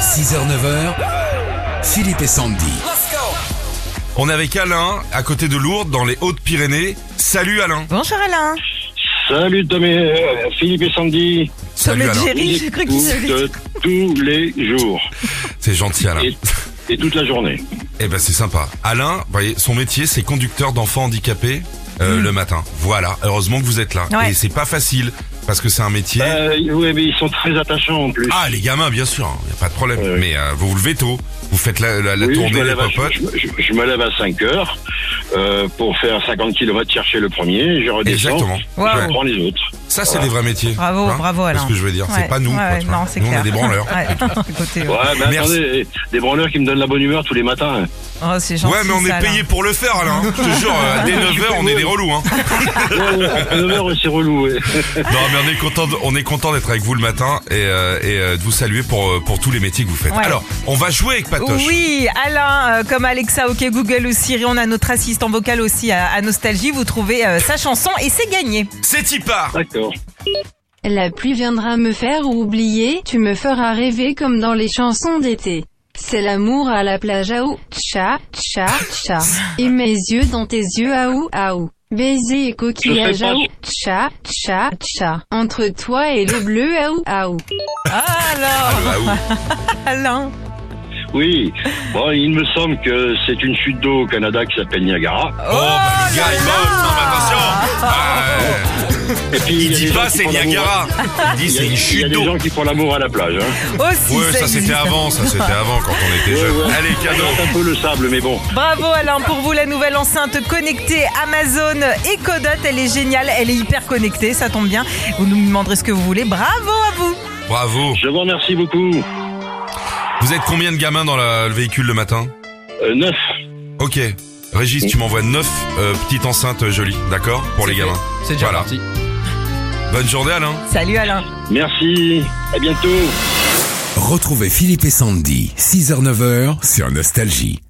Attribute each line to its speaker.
Speaker 1: 6h-9h, Philippe et Sandy.
Speaker 2: On est avec Alain, à côté de Lourdes, dans les Hautes-Pyrénées. Salut Alain.
Speaker 3: Bonjour Alain.
Speaker 4: Salut Tomé, euh, Philippe et Sandy.
Speaker 3: Comme
Speaker 2: Salut Alain.
Speaker 3: Jerry, j'ai cru qu'il
Speaker 4: Écoute,
Speaker 3: s'est
Speaker 4: euh, tous les jours
Speaker 2: C'est gentil Alain.
Speaker 4: et, et toute la journée.
Speaker 2: Eh ben c'est sympa. Alain, vous voyez, son métier c'est conducteur d'enfants handicapés euh, le matin. Voilà, heureusement que vous êtes là.
Speaker 3: Mm. Ouais.
Speaker 2: Et c'est pas facile parce que c'est un métier.
Speaker 4: Euh, oui, mais ils sont très attachants en plus.
Speaker 2: Ben. Ah les gamins bien sûr, hein, y a pas de problème.
Speaker 4: Ouais, ouais.
Speaker 2: Mais euh, vous vous levez tôt, vous faites la, la- la
Speaker 4: Oui, je,
Speaker 2: tournée
Speaker 4: me
Speaker 2: les
Speaker 4: lève à,
Speaker 2: popotes.
Speaker 4: je- je- je me lève à 5 heures euh, pour faire 50 km chercher le premier, je redescends,
Speaker 2: Exactement.
Speaker 4: je
Speaker 3: Waouh.
Speaker 4: prends les autres.
Speaker 2: Ça c'est des vrais métiers.
Speaker 3: Bravo,
Speaker 2: Hein,
Speaker 3: bravo Alain.
Speaker 2: C'est ce que je veux dire. C'est
Speaker 3: Ouais,
Speaker 2: pas nous. quoi,
Speaker 3: ouais,
Speaker 2: tu vois.
Speaker 3: non, c'est
Speaker 2: nous
Speaker 3: clair.
Speaker 2: on est des branleurs.
Speaker 3: Ouais, écoutez, oh, ouais.
Speaker 4: Ouais, mais
Speaker 2: Merci.
Speaker 4: attendez, des branleurs qui me donnent la bonne humeur tous les matins.
Speaker 3: Oh, c'est gentil.
Speaker 2: ouais mais on
Speaker 3: ça,
Speaker 2: est
Speaker 3: Alain.
Speaker 2: payé pour le faire Alain. Je te jure, euh, dès 9h on est des relous. Hein.
Speaker 4: Ouais, ouais, après 9 heures, c'est relou. ouais.
Speaker 2: Non mais on est content, de- on est content d'être avec vous le matin et, euh, et, euh, de vous saluer pour euh, pour tous les métiers que vous faites.
Speaker 3: Ouais.
Speaker 2: Alors on va jouer avec Patoche.
Speaker 3: Oui, Alain, euh, comme Alexa, OK Google ou Siri, on a notre assistant vocal aussi à, à Nostalgie. Vous trouvez euh, sa chanson et c'est gagné.
Speaker 2: C'est Tipar.
Speaker 4: D'accord.
Speaker 5: La pluie viendra me faire oublier, tu me feras rêver comme dans les chansons d'été. C'est l'amour à la plage, aou, tcha, tcha, tcha. Et mes yeux dans tes yeux, aou, aou. Baiser et coquillage,
Speaker 4: pas.
Speaker 5: aou, tcha, tcha, tcha. Entre toi et le bleu, aou, aou.
Speaker 3: Alors,
Speaker 2: Ah, Oh, oui.
Speaker 3: Alain.
Speaker 4: Oui, bon, il me semble que c'est une chute d'eau au Canada qui s'appelle
Speaker 2: Oh,
Speaker 4: Niagara.
Speaker 2: bah, le gars
Speaker 3: là
Speaker 2: il
Speaker 3: là.
Speaker 2: bosse. Non, mais attention. Ah, ouais.
Speaker 4: Et puis,
Speaker 2: il
Speaker 4: y a
Speaker 2: dit
Speaker 4: des
Speaker 2: pas
Speaker 4: gens qui
Speaker 2: c'est
Speaker 4: font l'amour à-
Speaker 2: Niagara. Il dit
Speaker 4: Il y a-
Speaker 2: c'est une
Speaker 4: Il y a
Speaker 2: chute
Speaker 4: des
Speaker 2: d'eau.
Speaker 4: gens qui font l'amour à la plage. Hein.
Speaker 3: Aussi,
Speaker 2: Ouais ça
Speaker 3: existe.
Speaker 2: c'était avant, ça c'était avant quand on était
Speaker 4: Ouais,
Speaker 2: jeune.
Speaker 4: ouais.
Speaker 2: Allez cadeau.
Speaker 4: C'est un peu le sable, mais bon.
Speaker 3: Bravo Alain, pour vous la nouvelle enceinte connectée Amazon Ecodot, elle est géniale, elle est hyper connectée, ça tombe bien. Vous nous demanderez ce que vous voulez, bravo à vous
Speaker 2: Bravo.
Speaker 4: Je vous remercie beaucoup.
Speaker 2: Vous êtes combien de gamins dans la- le véhicule le matin
Speaker 4: Euh, neuf.
Speaker 2: Ok. Régis, tu m'envoies 9 petites enceintes jolies, d'accord Pour les gamins.
Speaker 6: C'est déjà
Speaker 2: Voilà.
Speaker 6: parti.
Speaker 2: Bonne journée Alain.
Speaker 3: Salut Alain
Speaker 4: Merci. À bientôt.
Speaker 1: Retrouvez Philippe et Sandy, 6h-9h sur Nostalgie.